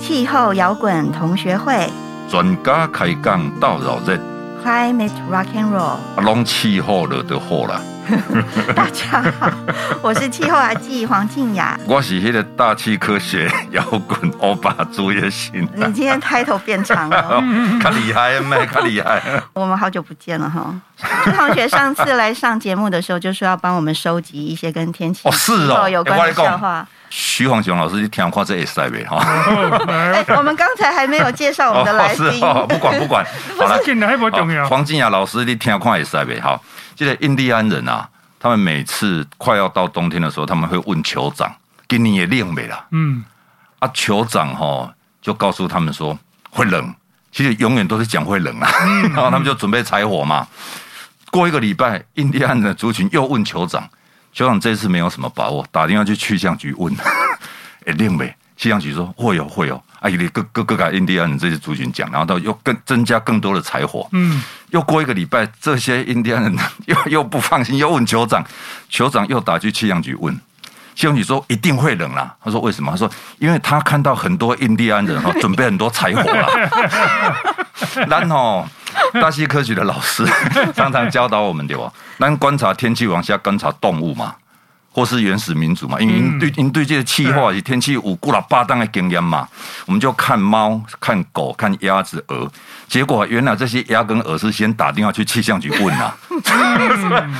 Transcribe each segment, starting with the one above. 气候摇滚同学会专家开讲到绕日， （Climate Rock and Roll）。啊，拢气候了就好啦。大家好，我是气候阿纪黄静雅。我是迄个大气科学摇滚欧巴朱叶新你今天 title 变长了， 啊，较厉害 咩？较厉害。我们好久不见了哈。朱同学上次来上节目的时候，就说要帮我们收集一些跟天气哦是哦气候有关哎我的来讲笑话。徐宏雄老师，你听看这会使未？哦哈，哎、我们刚才还没有介绍我们的来是宾， 哦，不管 不管，好了，进来不重要好。黄静雅老师，你听看会使未？好，这个印第安人啊，他们每次快要到冬天的时候，他们会问酋长，今年也冷未啦？嗯，啊，酋长哈、就告诉他们说会冷，其实永远都是讲会冷啊， 然后他们就准备柴火嘛。过一个礼拜，印第安人的族群又问酋长，酋长这次没有什么把握，打电话去气象局问， 哎，另呗。气象局说会有会有，啊，你各各各个印第安人这些族群讲，然后到又更增加更多的柴火，嗯，又过一个礼拜，这些印第安人 又又不放心，又问酋长，酋长又打去气象局问，气象局说一定会冷啦。他说为什么？他说因为他看到很多印第安人哦，准备很多柴火啦。 然后大西科学的老师 常常教导我们对吧？咱观察天气往下观察动物嘛，或是原始民族嘛，因为因对因对这个气候以及天气有古老巴当的经验嘛，我们就看猫、看狗、看鸭子、鹅。结果啊原来这些鸭跟鹅是先打电话去气象局问啊，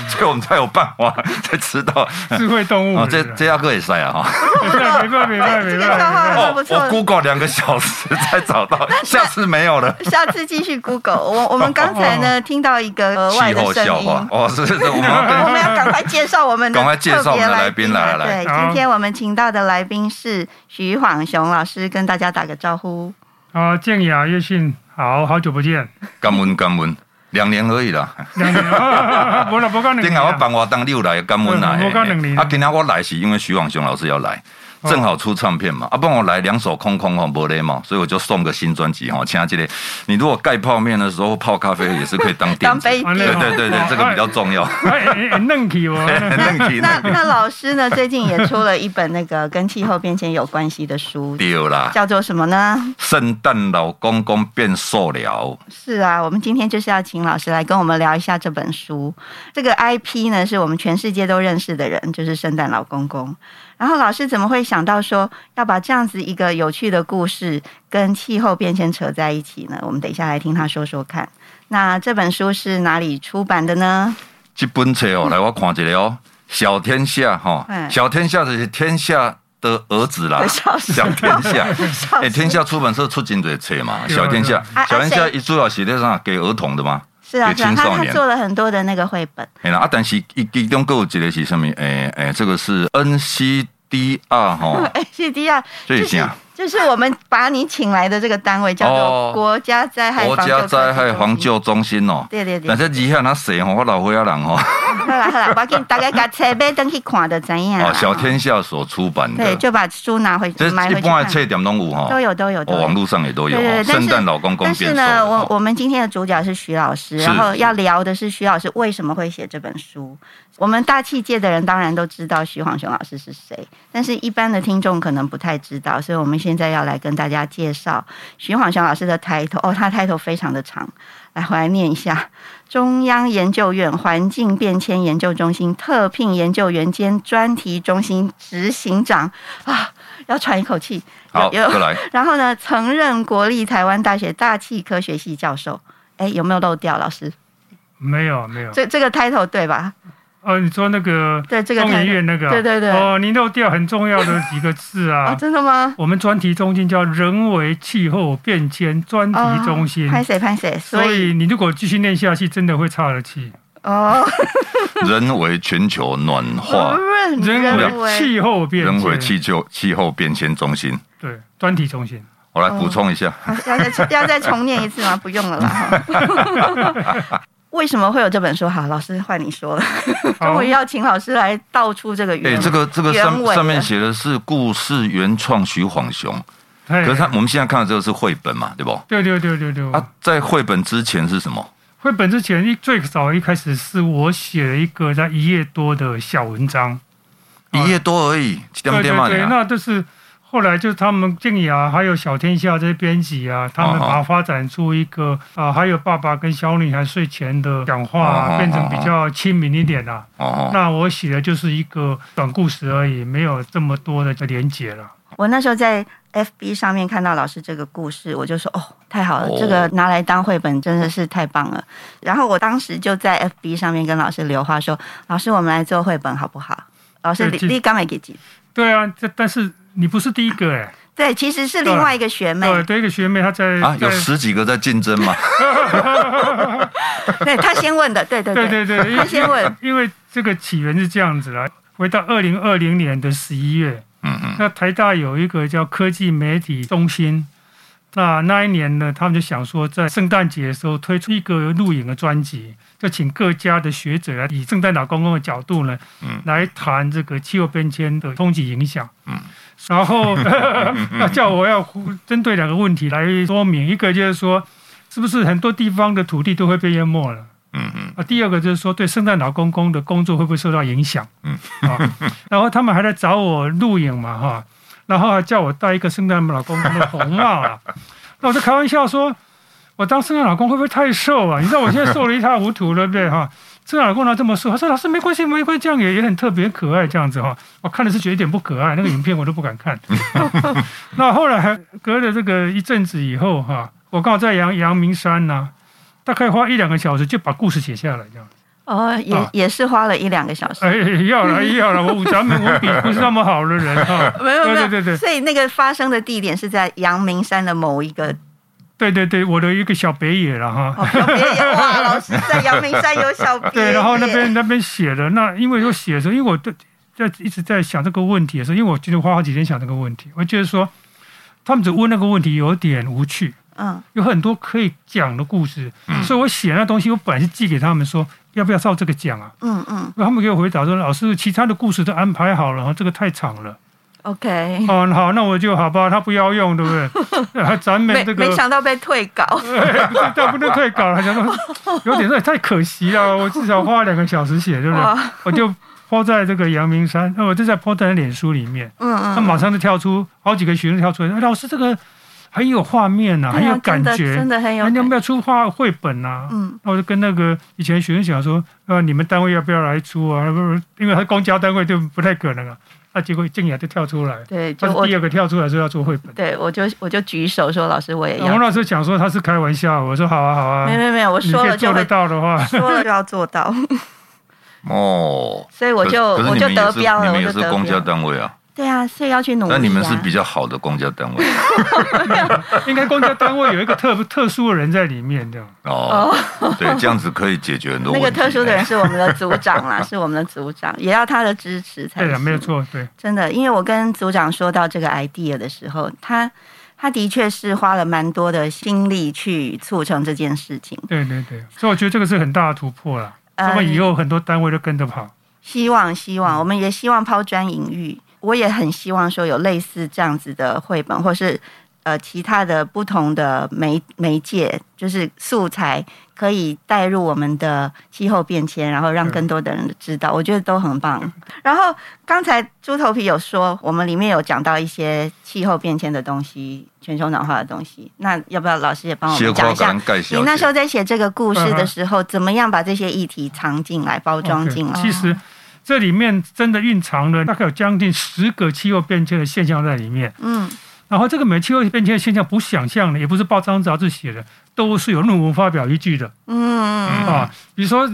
所以我们才有办法 才知道。智慧动物。哦，这这要个也塞啊哈！没办没办没办没这个笑 办。话啊很不哦，错。我 Google 两个小时才找到，下次没有了。下次继续 Google。我我们刚才 呢听到一个额外哦气的候声笑音，话哦，是是，我们要我跟们要赶快介绍我们的赶快介绍我们的特别来啊宾来来对，好今天我们请到的来宾是徐晃雄老师，跟大家打个招呼。啊，静雅、叶信，好好久 不见，感恩感恩，两年而已啦。两年，啊不了不够两顶年下我啊。办活动，你有来感恩啦。嗯我讲两嘿年啊，今天我来是因为徐晃雄老师要来，哦正好出唱片嘛。啊，不然我来两首空空吼，无礼貌，所以我就送个新专辑哈。请这个，你如果盖泡面的时候泡咖啡也是可以当垫当子。杯完对了对对对哦，这个比较重要。哎哎哎，弄起我， 那题 那那老师呢，最近也出了一本那个跟气候变迁有关系的书，对啦，叫做什么呢？圣诞老公公变瘦了。是啊，我们今天就是要请老师来跟我们聊一下这本书。这个 IP 呢，是我们全世界都认识的人，就是圣诞老公公。然后老师怎么会想到说要把这样子一个有趣的故事跟气候变迁扯在一起呢？我们等一下来听他说说看。那这本书是哪里出版的呢？这本册哦，来我看一下哦，《小天下》哈，嗯，《小天下》就是天下的儿子啦 笑死小天下。笑哎、死天下出版社出真多册嘛，《对啊小天下对啊》小天啊下啊一主要是咧啥给儿童的嘛，是啊，给是啊，青他少他年做了很多的那个绘本，哎啦啊，但是一其中还有一个是什么？诶、诶、这个是 NCDR 哈，哎，是第二，这就是是啥？就是我们把你请来的这个单位叫哦做国家灾害国防救家灾害防中心。救中心哦。对对对但，这字遐那写吼，我老伙仔人 吼，哦，好啦好啦，我给大家把册买登去看的怎样？ 《哦小天下》所出版对，的，就把书拿回这去买回一去般的看，册店拢有吼，都有都有都哦，网有。络上也都有对对哦。对但是圣诞老公公但变是瘦呢，了我哦。我们今天的主角是徐老师，是然后要聊的是徐老师为什么会写这本书。我们大气界的人当然都知道徐晃雄老师是谁，但是一般的听众可能不太知道，所以我们现在要来跟大家介绍徐晃雄老师的 title。哦，他 title 非常的长，来回来念一下：中央研究院环境变迁研究中心特聘研究员兼专题中心执行长啊，要喘一口气。有好，有再 来，然后呢，曾任国立台湾大学大气科学系教授。哎，有没有漏掉？老师，没有没有。这这个 title 对吧？哦，你说那个对，这个中研 title 院那个，对对对。哦，你漏掉很重要的几个字哦，啊。真的吗？我们专题中心叫人为气候变迁专题中心，哦拍谁拍谁？所所以以你如果继续念下去，真的会岔了气。哦，人为全球暖化，人嗯人人为为气候变迁，人为气候气候变迁中心。对专题中心。我来补充一下，啊要再要再重念一次吗？不用了啦。哈 为什么会有这本书？好，老师换你说了，好终于要请老师来道出这个哎、原这个这个嗯原上文的上面写的是故事原创徐晃雄，可可是他我们现在看到这个是绘本嘛，对不？嗯对对对对对，啊，在绘本之前是什么？绘本之前一最早一开始是我写了一个在一页多的小文章，哦一页多而已，几点点对对嘛对，的。那就是后来就是他们静雅还有小天下这些编辑啊，他们哦哦把它发展出一个啊、还有爸爸跟小女孩睡前的讲话、哦哦啊，哦变成比较亲民一点啦、哦，那我写的就是一个短故事而已，没有这么多的连结了。我那时候在 FB 上面看到老师这个故事，我就说哦，太好了哦，这个拿来当绘本真的是太棒了。然后我当时就在 FB 上面跟老师留话说，老师我们来做绘本好不好？老师对你记你刚没给记。对啊，这但是你不是第一个哎、对，其实是另外一个学妹，对，对一个学妹她在啊，有在十几个在竞争嘛？ 对她先问的，对对对对对对，因她为先 问，因为这个起源是这样子啦，回到二零二零年的十一月，嗯嗯，那台大有一个叫科技媒体中心，那那一年呢，他们就想说在圣诞节的时候推出一个录影的专辑，就请各家的学者来以圣诞老公公的角度呢，嗯来谈这个气候变迁的冲击影响。嗯 然后那叫我要呼针对两个问题来说明，一个就是说，是不是很多地方的土地都会被淹没了？嗯嗯啊，第二个就是说，对圣诞老公公的工作会不会受到影响？嗯， 啊，然后他们还来找我录影嘛，哈，然后还叫我戴一个圣诞老公公的红 帽啊，那我就开玩笑说，我当圣诞老公会不会太瘦啊？你知道我现在瘦的一塌糊涂，对不对哈？圣诞老公哪这么瘦？他说老师没关系，没关系，这样也也很特别可爱这样子哈。我看的是觉得一点不可爱，那个影片我都不 敢看。那后来还隔了这个一阵子以后哈，我刚好在阳阳明山呐、大概花一两个小时就把故事写下来，这样。哦，也、啊也是花了一两个小时。哎，要了要了，我咱们文笔不是那么好的人哈。 没有没有，对对对所以那个发生的地点是在阳明山的某一个对对对，我的一个小北野了哈。哦，小别野哇！老师在阳明山有小别 对，野然后那边那边写的那，因为我写的时候，因为我对在一直在想这个问题的时候，因为我今天花好几天想这个问题，我觉得说他们只问那个问题有点无趣，嗯，有很多可以讲的故事，所以我写那东西，我本来是寄给他们说要不要照这个讲啊，嗯嗯他们给我回答说老师其他的故事都安排好了，然后这个太长了， ，OK，哦好，那我就好吧，他不要用，对不 对？啊咱们没这个没想到被退稿，对， 但不能退稿了，想说有点那也太可惜了。我至少花了两个小时写，对不对？哇，我就抛在这个阳明山，那我就在抛在脸书里面，嗯那嗯，马上就跳出好几个学生跳出来，哎老师这个很有画面呐、对啊很有感真觉，的真的很有哎感你觉要不要出画绘本呐、嗯，那我就跟那个以前学生讲说，呃，你们单位要不要来出啊？不是，因为他公家单位就不太可能啊。那结果静雅就跳出来，对，他就是我第，二个跳出来说要做绘本。对我就我就举手说，老师我也我要，那时候讲说他是开玩笑，我说好啊好啊，没没没有，我你说可以了就做得会。到 的话，说了就要做到， 哦，所以我就可是我你就们也得是标你了，们我也就是得公家标。单位啊，对啊，所以要去努力、啊。那你们是比较好的公家单位应该公家单位有一个特特殊的人在里面这样。哦。哦，对，这样子可以解决很多那问题。个特殊的人是我们的 组长啦，是我们的组长，也要他的支持才对了，行没有错，对，真的，因为我跟组长说到这个 idea 的时候，他他的确是花了蛮多的心力去促成这件事情。对对对，所以我觉得这个是很大的突破啦。呃那么以后很多单位都跟着跑。希望，希望，我们也希望抛砖引玉。我也很希望说有类似这样子的绘本，或是呃其他的不同的媒媒介，就是素材可以带入我们的气候变迁，然后让嗯更多的人知道，我觉得都很棒。然后刚才猪头皮有说，我们里面有讲到一些气候变迁的东西，全球暖化的东西，那要不要老师也帮我谢们讲花一下感？盖小姐，你那时候在写这个故事的时候，怎么样把这些议题藏进来、包装进啊来？哦嗯 OK，其实这里面真的蕴藏了大概有将近十个气候变迁的现象在里面。嗯，然后这个每气候变迁的现象不想象的，也不是报章杂志写的，都是有论文发表依据的。嗯，啊，比如说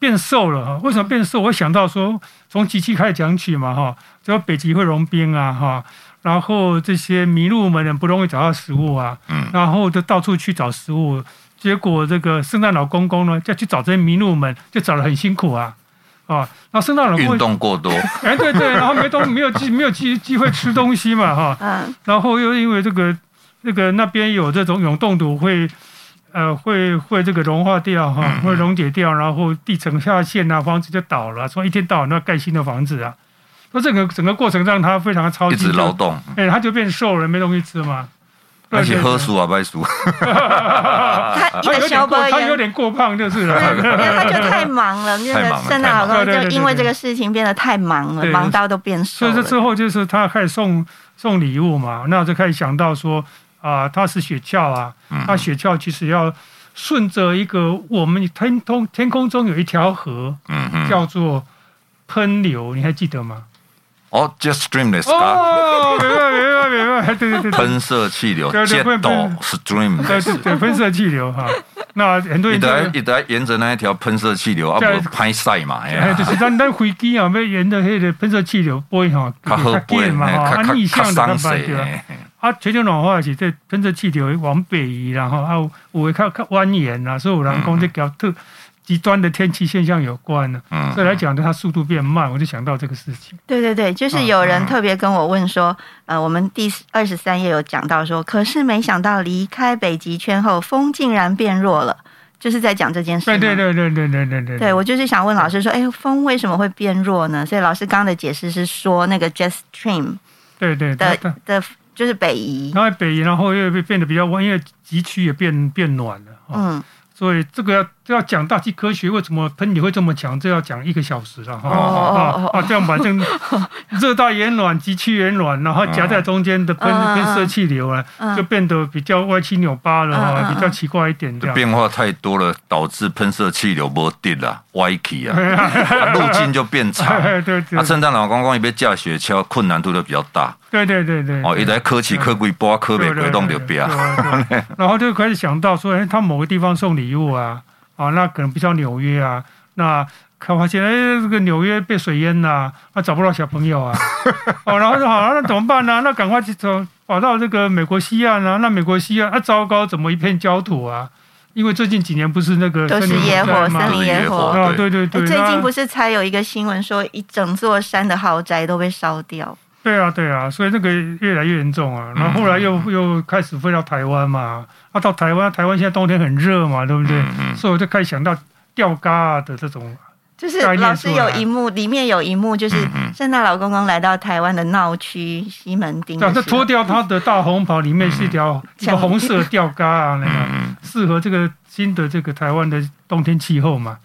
变瘦了哈，为什么变瘦？我想到说从极极开始讲起嘛哈，只有北极会融冰啊哈，然后这些麋鹿们不容易找到食物啊，嗯然后就到处去找食物，结果这个圣诞老公公呢，就去找这些麋鹿们，就找得很辛苦啊。啊，然后圣诞老公运公，动 过多，哎，对对，然后没东没有机没有机机会吃东西嘛，哈，嗯，然后又因为这个这个那边有这种永冻土会，呃，会会这个融化掉哈，嗯会溶解掉，然后地层下陷啊，房子就倒了，所以一天到晚都要盖新的房子啊。那整个整个过程让他非常的操一心，直劳动，哎，他就变瘦了，没东西吃嘛。而且喝输啊，败输。他一他个有小点包过，他有烟。点过胖就 是了。 因为啊他就太忙了，真太的忙了圣诞老太忙公了就因为这个事情变得太忙了，对对对忙到都变瘦所以这了。之后就是他开始送送礼物嘛，那就开始想到说啊、他是雪橇啊，嗯他雪橇其实要顺着一个我们天空天空中有一条河嗯嗯。叫做喷流，你还记得吗？哦，just streamless 啊哦，明白明白明白，对对对对喷射气流对对，jet 喷 o 喷 stream。对对，喷射气流哈。那很多你人得在你得沿着那一条喷射气流，啊对不拍赛嘛，哎哎，呀就，是咱咱飞机啊，要沿着迄个喷射气流飞哈，较好较飞，紧嘛哈，哎啊较逆向较的较较伤慢对势。吧？哎啊，全球暖化是这喷射气流往北移啦，然后啊，有的较较蜿蜒啦，所以有人讲这跟特极端的天气现象有关呢、嗯所以来讲的它速度变慢，我就想到这个事情。对对对，嗯就是有人特别跟我问说，呃，我们第二十三页有讲到说，可是没想到离开北极圈后，风竟然变弱了，就是在讲这件事对吗。对对对对对对对对，我就是想问老师说，哎，风为什么会变弱呢？所以老师刚刚的解释是说，那个 jet stream 对对的对。它的，就是北移，然后北移，然后又变得比较温，因为极区也变变暖了、哦嗯，所以这个要这要讲大气科学，为什么喷流会这么强？这要讲一个小时了哈、哦啊啊！这样反 正热带沿暖、极区沿暖，然后夹在中间的喷、嗯嗯嗯喷射气流啊，嗯就变得比较歪七扭八了啊，嗯嗯嗯比较奇怪一点这这样。变化太多了，导致喷射气流没定了，歪起啊，啊路径就变长。 对对啊，圣诞老公公一被架雪橇，困难度就比较大。对对对对。哦，一来科起科贵波科北对对鬼对洞就对变啊。对对然后就开始想到说，哎，他某个地方送礼物啊，啊，那可能不叫纽约啊，那看发现，哎，这个纽约被水淹啦、啊，找不到小朋 友啊，哦，然后就好，那怎么办呢、那赶快去走，跑到这个美国西岸啊，那美国西岸啊，糟糕，怎么一片焦土啊？因为最近几年不是那个都是森林野火灾火，吗森林野火。啊，对 对哎对，最近那不是才有一个新闻说，一整座山的豪宅都被烧掉。对啊，对啊，所以那个越来越严重啊。嗯然后后来又、又开始飞到台湾嘛，啊，到台湾，台湾现在冬天很热嘛，对不对？嗯嗯所以我就开始想到吊嘎啊的这种，就是概念老师出有来嗯一幕，里面有一幕嗯就是圣诞老公公来到台湾的闹区西门町的啊这样时就候，脱掉它的大红袍，里面是一嗯条一个红色的吊嘎啊，那个嗯，适合这个新的这个台湾的冬天气候嘛。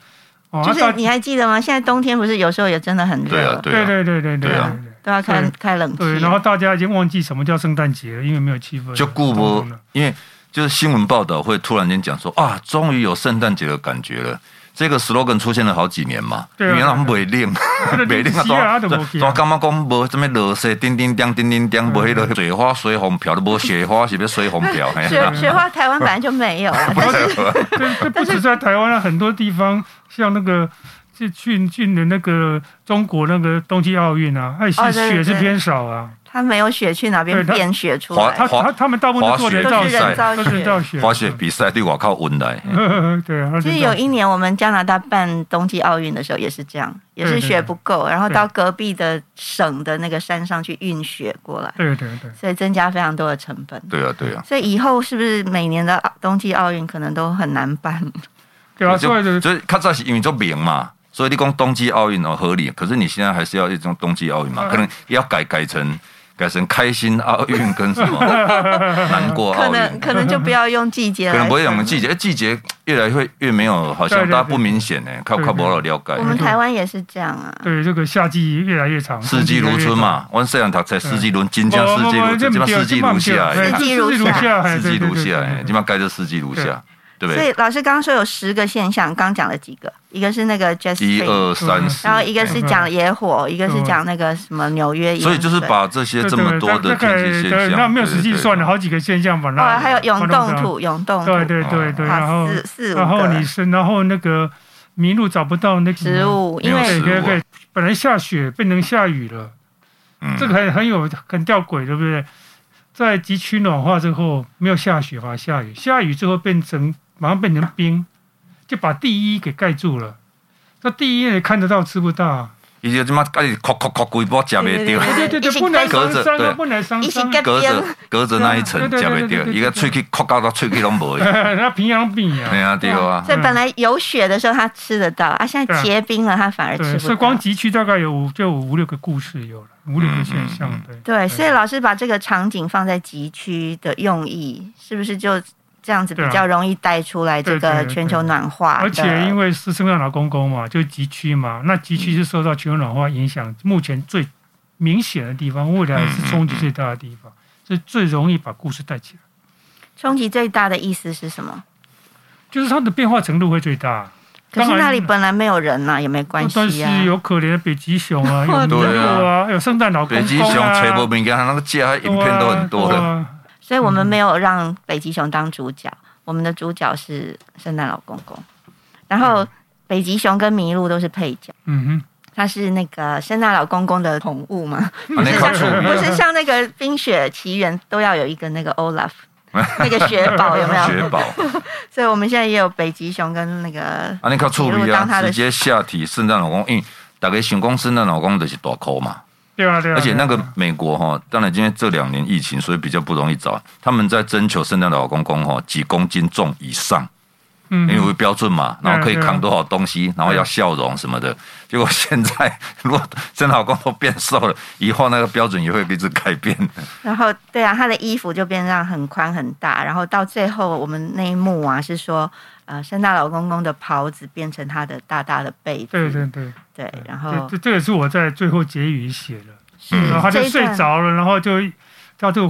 哦，啊就是大你还记得吗？现在冬天不是有时候也真的很对啊热，，对啊，对对对对对啊对都要开对开冷气。对，然后大家已经忘记什么叫圣诞节了，因为没有气氛了，就顾懂不 了，因为就是新闻报道会突然间讲说啊，终于有圣诞节的感觉了。这个 slogan 出现了好几年嘛，对啊因为他们袂冷， 对袂冷啊是 啊都没去都啊感觉讲无什么落雪，叮叮当，叮叮当，无迄个水花水红瓢，都无雪花是不是水红瓢？ 嘿啊啊雪雪花台湾本来就没有啊，但是这这不止在台湾啊，很多地方像那个去去去年那个中国那个冬季奥运啊，哎，哦对对雪是对偏少啊，它没有雪去哪边对它变雪出滑来？他他他们大部分都做人造滑雪雪，都是人造雪，滑雪比赛对我靠温来，嘿 对啊，其实有一年我们加拿大办冬季奥运的时候也是这样，也是对对雪不够，然后对到隔壁的省的那个山上去运雪过来，对对对，所以增加非常多的成本。对啊对啊，所以以后是不是每年的冬季奥运可能都很难办？对啊，所以就就就是较早是因为做明嘛，所以你讲冬季奥运哦合理，可是你现在还是要一种冬季奥运嘛，嗯可能要改改成改成开心啊奥运跟什 么难过可奥运，能可能就不要用季节 可能来不。会讲季节，哎季节越来越越没有，好像对对大家不明显呢，靠对靠不了了解我。们台湾也是这样啊，对这个夏季越来越长，哦四季如春嘛，阮细汉读册四季如真正四季如春，即嘛四季如夏，对四哎季四季如如夏夏，四季如夏，哎即嘛改做四季如夏，对不所对？以老师刚刚说有十个现象，刚讲了几个，一个是那个 jet 一 stream，二三四，然后一个是讲野火，一个是讲那个什么纽约，所以就是把这些这么多的天气现象，那没有实际算的了好几个现象吧，哦，还有永冻，土，永冻土，对对对对，然好后四四五然后个你是，然后那个麋鹿找不到那个植，物，因没有为食对物对对，本来下雪变成下雨了，嗯这个很很有很吊诡，对不对？在极区暖化之后，没有下雪，反而下雨，下雨之后变成马上变成冰，就把第一给盖住了。那第一也看得到吃不到，伊就即马家己哭哭哭规波食袂对着，对对对，不能伤伤啊，不能伤一起伤。跟 隔着隔着那一层对对食对袂对着，对对伊个喙齿哭到到喙齿拢 无去。 那平阳病哎啊，呀，对啊，所以本来有雪的时候他吃得到啊，现在对啊结冰了他反而哎吃对，所以不到光。集区大概有五就五五六个故事有了，五六个现象嗯，对。对，所以老师把这个场景放在集区的用意，是不是就这样子比对较啊容易带出来这对对个对全球暖化的？而且因为是圣诞老公公嘛，就是极区嘛，那极区是受到全球暖化影响，目前最明显的地方，未来是冲击最大的地方，嗯是最容易把故事带起来，冲击最大的意思是什么？就是它的变化程度会最大。可是当然那里本来没有人呐、也没关但系啊是。有可怜的北极 熊啊，有麋对鹿啊，有圣诞老公北极公熊吹波啊，饼干，那个借影对片啊都很多对的。啊所以我们没有让北极熊当主角，我们的主角是圣诞老公公，然后北极熊跟麋鹿都是配角。嗯它是那个圣诞老公公的宠物 嘛，啊，你较趣不味，是像那个《冰雪奇缘》都要有一个那个 Olaf，那个雪宝有没有？雪宝，所以我们现在也有北极熊跟那个啊，你较趣一味路当啊，他的直接下体圣诞老公，因为大家想讲圣诞老公就是大口嘛，哼，对啊对啊。而且那个对啊美国哈，当然今天这两年疫情，所以比较不容易找。他们在征求圣诞老公公哈几公斤重以上，嗯嗯因为标准嘛，然后可以对啊扛多少东西，然后要笑容什么的。结果现在如果圣诞老公都变瘦了，以后那个标准也会一直改 变。然后对啊，他的衣服就变让很宽很大，然后到最后我们那一幕啊是说，呃，圣诞老公公的袍子变成他的大大的被子，对对对，嗯对然这后这这也是我在最后结语写的。是嗯然后他就这一睡段，着了，然后就他就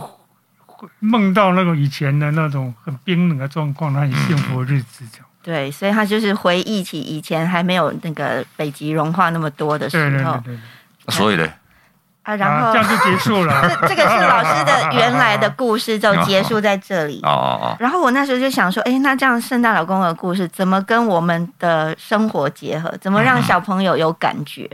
会梦到那种以前的那种很冰冷的状况，他很幸福的日子这样。对，所以他就是回忆起以前还没有那个北极融化那么多的时对对候对对，所以呢，啊，对嗯哦然啊，后这样就结 束了。这这个是老师的原来的故事就结束在这里哦。哦然后我那时候就想说，哎，那这样圣诞老公的故事怎么跟我们的生活结合？怎么让小朋友有感觉？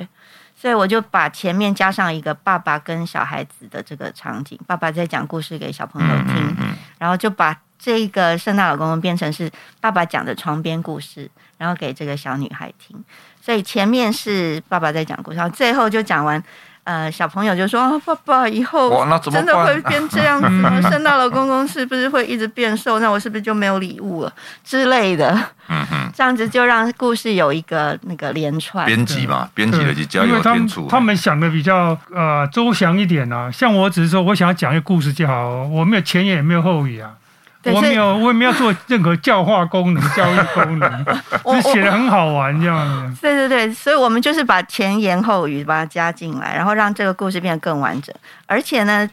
所以我就把前面加上一个爸爸跟小孩子的这个场景，爸爸在讲故事给小哦，朋友嗯听，嗯嗯，然后就把这个圣诞老公公变成是爸爸讲的床边故事，然后给这个小女孩听。所以前面是爸爸在讲故事，然后最后就讲完，呃，小朋友就说：“哦，爸爸，以后哇，那怎么真的会办？变这样子吗？圣诞老公公是不是会一直变瘦？那我是不是就没有礼物了之类的？嗯嗯，这样子就让故事有一个那个连串。编辑嘛，编辑的就加对因油为他添们醋。他们想的比较呃周详一点啊，像我只是说我想要讲一个故事就好，我没有前言也没有后语啊，对，我所没以有我也没有做任何教化功 能、教育功能，我只我写的很好玩这样子。对对对，所以我们就是把前言后语把它加进来，然后让这个故事变得更完整。而且呢，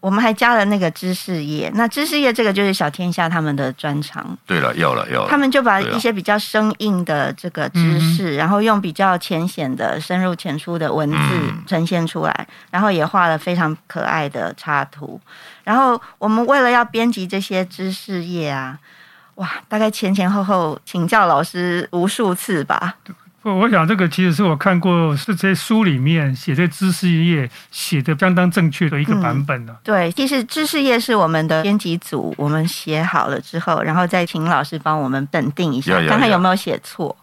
我们还加了那个知识业。那知识业这个就是小天下他们的专长，对了，要了要他了，们就把对啊一些比较生硬的这个知识，然后用比较浅显的、深入浅出的文字嗯呈现出来，然后也画了非常可爱的插图。然后我们为了要编辑这些知识页啊，哇，大概前前后后请教老师无数次吧。不，我想这个其实是我看过是这些书里面写这知识页写的相当正确的一个嗯版本啊了、对，其实知识页是我们的编辑组，我们写好了之后，然后再请老师帮我们等定一下呀呀看看呀有没有写错。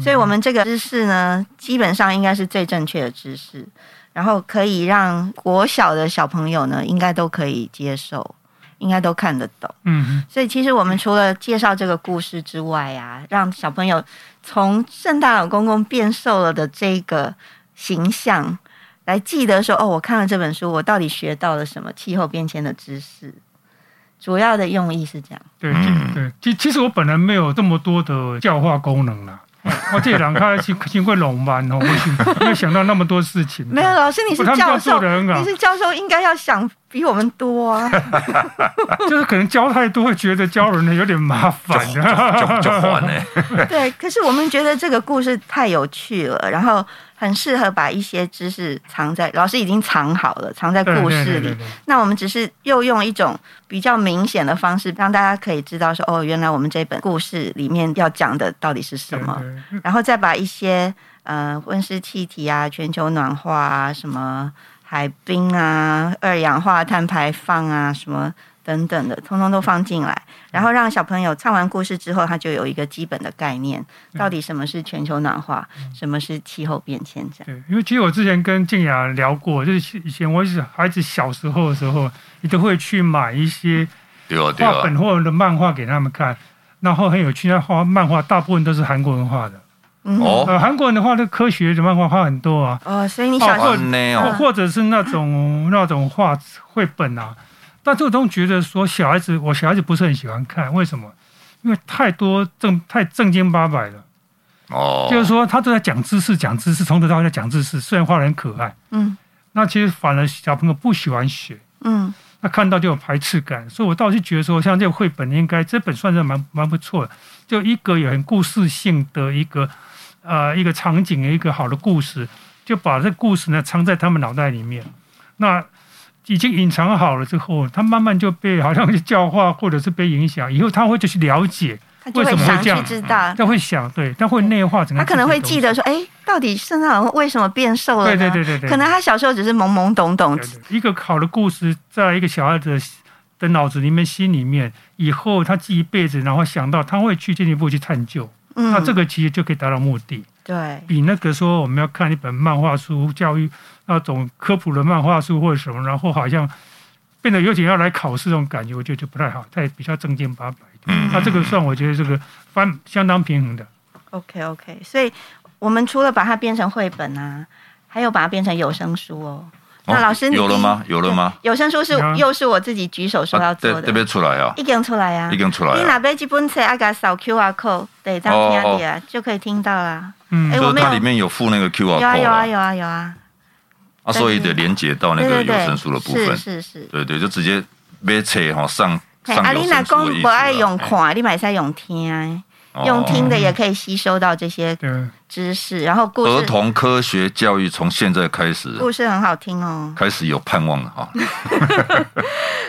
所以，我们这个知识呢，基本上应该是最正确的知识，然后可以让国小的小朋友呢，应该都可以接受，应该都看得懂。嗯哼。所以其实我们除了介绍这个故事之外啊，让小朋友从圣诞老公公变瘦了的这个形象来记得说，哦，我看了这本书，我到底学到了什么气候变迁的知识？主要的用意是这样，对嗯对对，其其实我本来没有这么多的教化功能啦。我这两开 先先会拢班哦，我想没有想到那么多事情。啊没有老师，你是嗯不他们这教样授做，得啊很好你是教授，应该要想比我们多 啊。就是可能教太多，会觉得教人有点麻烦。啊就就还 呢。对，可是我们觉得这个故事太有趣了，然后很适合把一些知识藏在老师已经藏好了，藏在对故 对事对里对。对那我们只是又用一种比较明显的方式，让大家可以知道说，哦，原来我们这本故事里面要讲的到底是什么，对然后再把一些呃温室气体啊、全球暖化啊、什么海冰啊、二氧化碳排放啊、什么等等的，通通都放进来，然后让小朋友唱完故事之后，他就有一个基本的概念，嗯到底什么是全球暖化，什么是气候变迁这样。对，因为其实我之前跟静雅聊过，就是以前我是孩子小时候的时候，你都会去买一些对啊对画啊本，或者漫画给他们看，然后很有趣。那画漫画大部分都是韩国人画的，嗯哦呃，韩国人的话，那科学的漫画画很多啊，哦，所以你小时候哦啊那或哦，或者是那种那种画绘本啊。但这种觉得说小孩子，我小孩子不是很喜欢看，为什么？因为太多正太正经八百了，哦，就是说他都在讲知识，讲知识，从头到尾在讲知识。虽然画得很可爱，嗯那其实反而小朋友不喜欢学，嗯那看到就有排斥感，所以我倒是觉得说，像这个绘本应该这本算是蛮蛮不错的，就一个有很故事性的一个呃一个场景，一个好的故事，就把这故事呢藏在他们脑袋里面，那已经隐藏好了之后，他慢慢就被好像就教化或者是被影响，以后他会就去了解，他就会为什么想会这去样知道，他会想，对，他会内化整个啊他可自己的能东西，会记得说，哎，到底圣诞老人为什么变瘦了对，呢？对对对对对，可能他小时候只是懵懵懂懂，对对一个好的故事，在一个小孩子的的脑子里面、心里面，以后他记一辈子，然后想到他会去进一步去探究，嗯，那这个其实就可以达到目的，对，比那个说我们要看一本漫画书、教育那种科普的漫画书或者什么，然后好像变得有点要来考试这种感觉，我觉得就不太好，太比较正经八百一点。嗯那啊这个算我觉得这个翻相当平衡的。 OK OK，所以我们除了把它变成绘本啊，还有把它变成有声书哦。哦那老师你有了吗？有了吗？有声书是有啊又是我自己举手说要啊，做这这的，边出来啊，一根出来哎啊已。经出来你啊，哪边基本册啊，给扫 QR code，对，这样听下哦啊，就可以听到啦。嗯哎，就我是没有它里面有附那个 QR 有啊 code 有啊啊有啊有啊，啊，所以得连接到那对个对有对，声书的部分是，是是。对对，就直接买册哈上嘿上啊，有你哪声书的讲意思不啦爱用嘿看，你买使用听啊的，哦用听的也可以吸收到这些对，知识，然后故儿事童科学教育从现在开始故事很好听哦。开始有盼望了哈。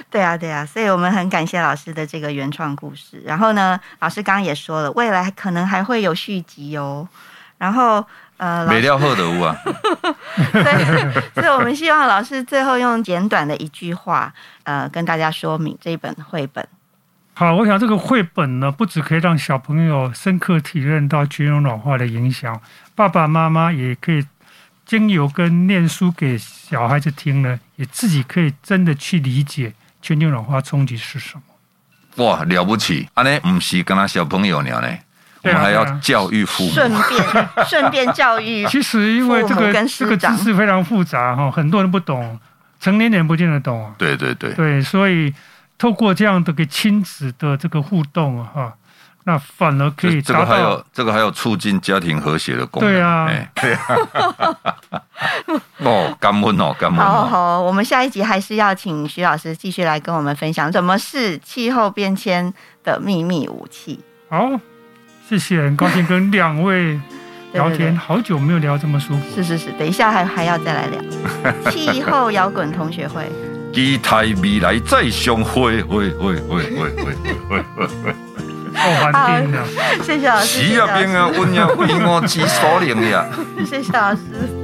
对啊，对啊，所以我们很感谢老师的这个原创故事。然后呢，老师刚刚也说了，未来可能还会有续集哦。然后呃，老没师，料后的屋啊， 对， 所以我们希望老师最后用简短的一句话，呃，跟大家说明这一本绘 本。好，我想这个绘本呢，不只可以让小朋友深刻体认到全球暖化的影响，爸爸妈妈也可以经由跟念书给小孩子听呢，也自己可以真的去理解全球暖化冲击是什么。哇，了不起！安尼唔是跟他小朋友聊呢，我对啊们还要对啊教育父母。顺 便顺便教育，其实因为这父母个跟这个师长知识非常复杂哈，很多人不懂，成年人不见得懂啊。对对对，对，所以透过这样的给亲子的这个互动啊哈，那反而可以这这达个还到有这个还有促进家庭和谐的功能。对啊哎 对啊。哦，感恩哦，感恩好哦。好，我们下一集还是要请徐老师继续来跟我们分享什么是气候变迁的秘密武器。好，谢谢，很高兴跟两位聊对对天，对好久没有聊这么舒服。是是是，等一下还还要再来聊气候摇滚同学会。期待未来再相会，会会会会会会会。哦好寒冰啊！ 谢谢老师，啊是啊，边啊，温呀，为我之所能呀。谢谢老师，谢谢老师。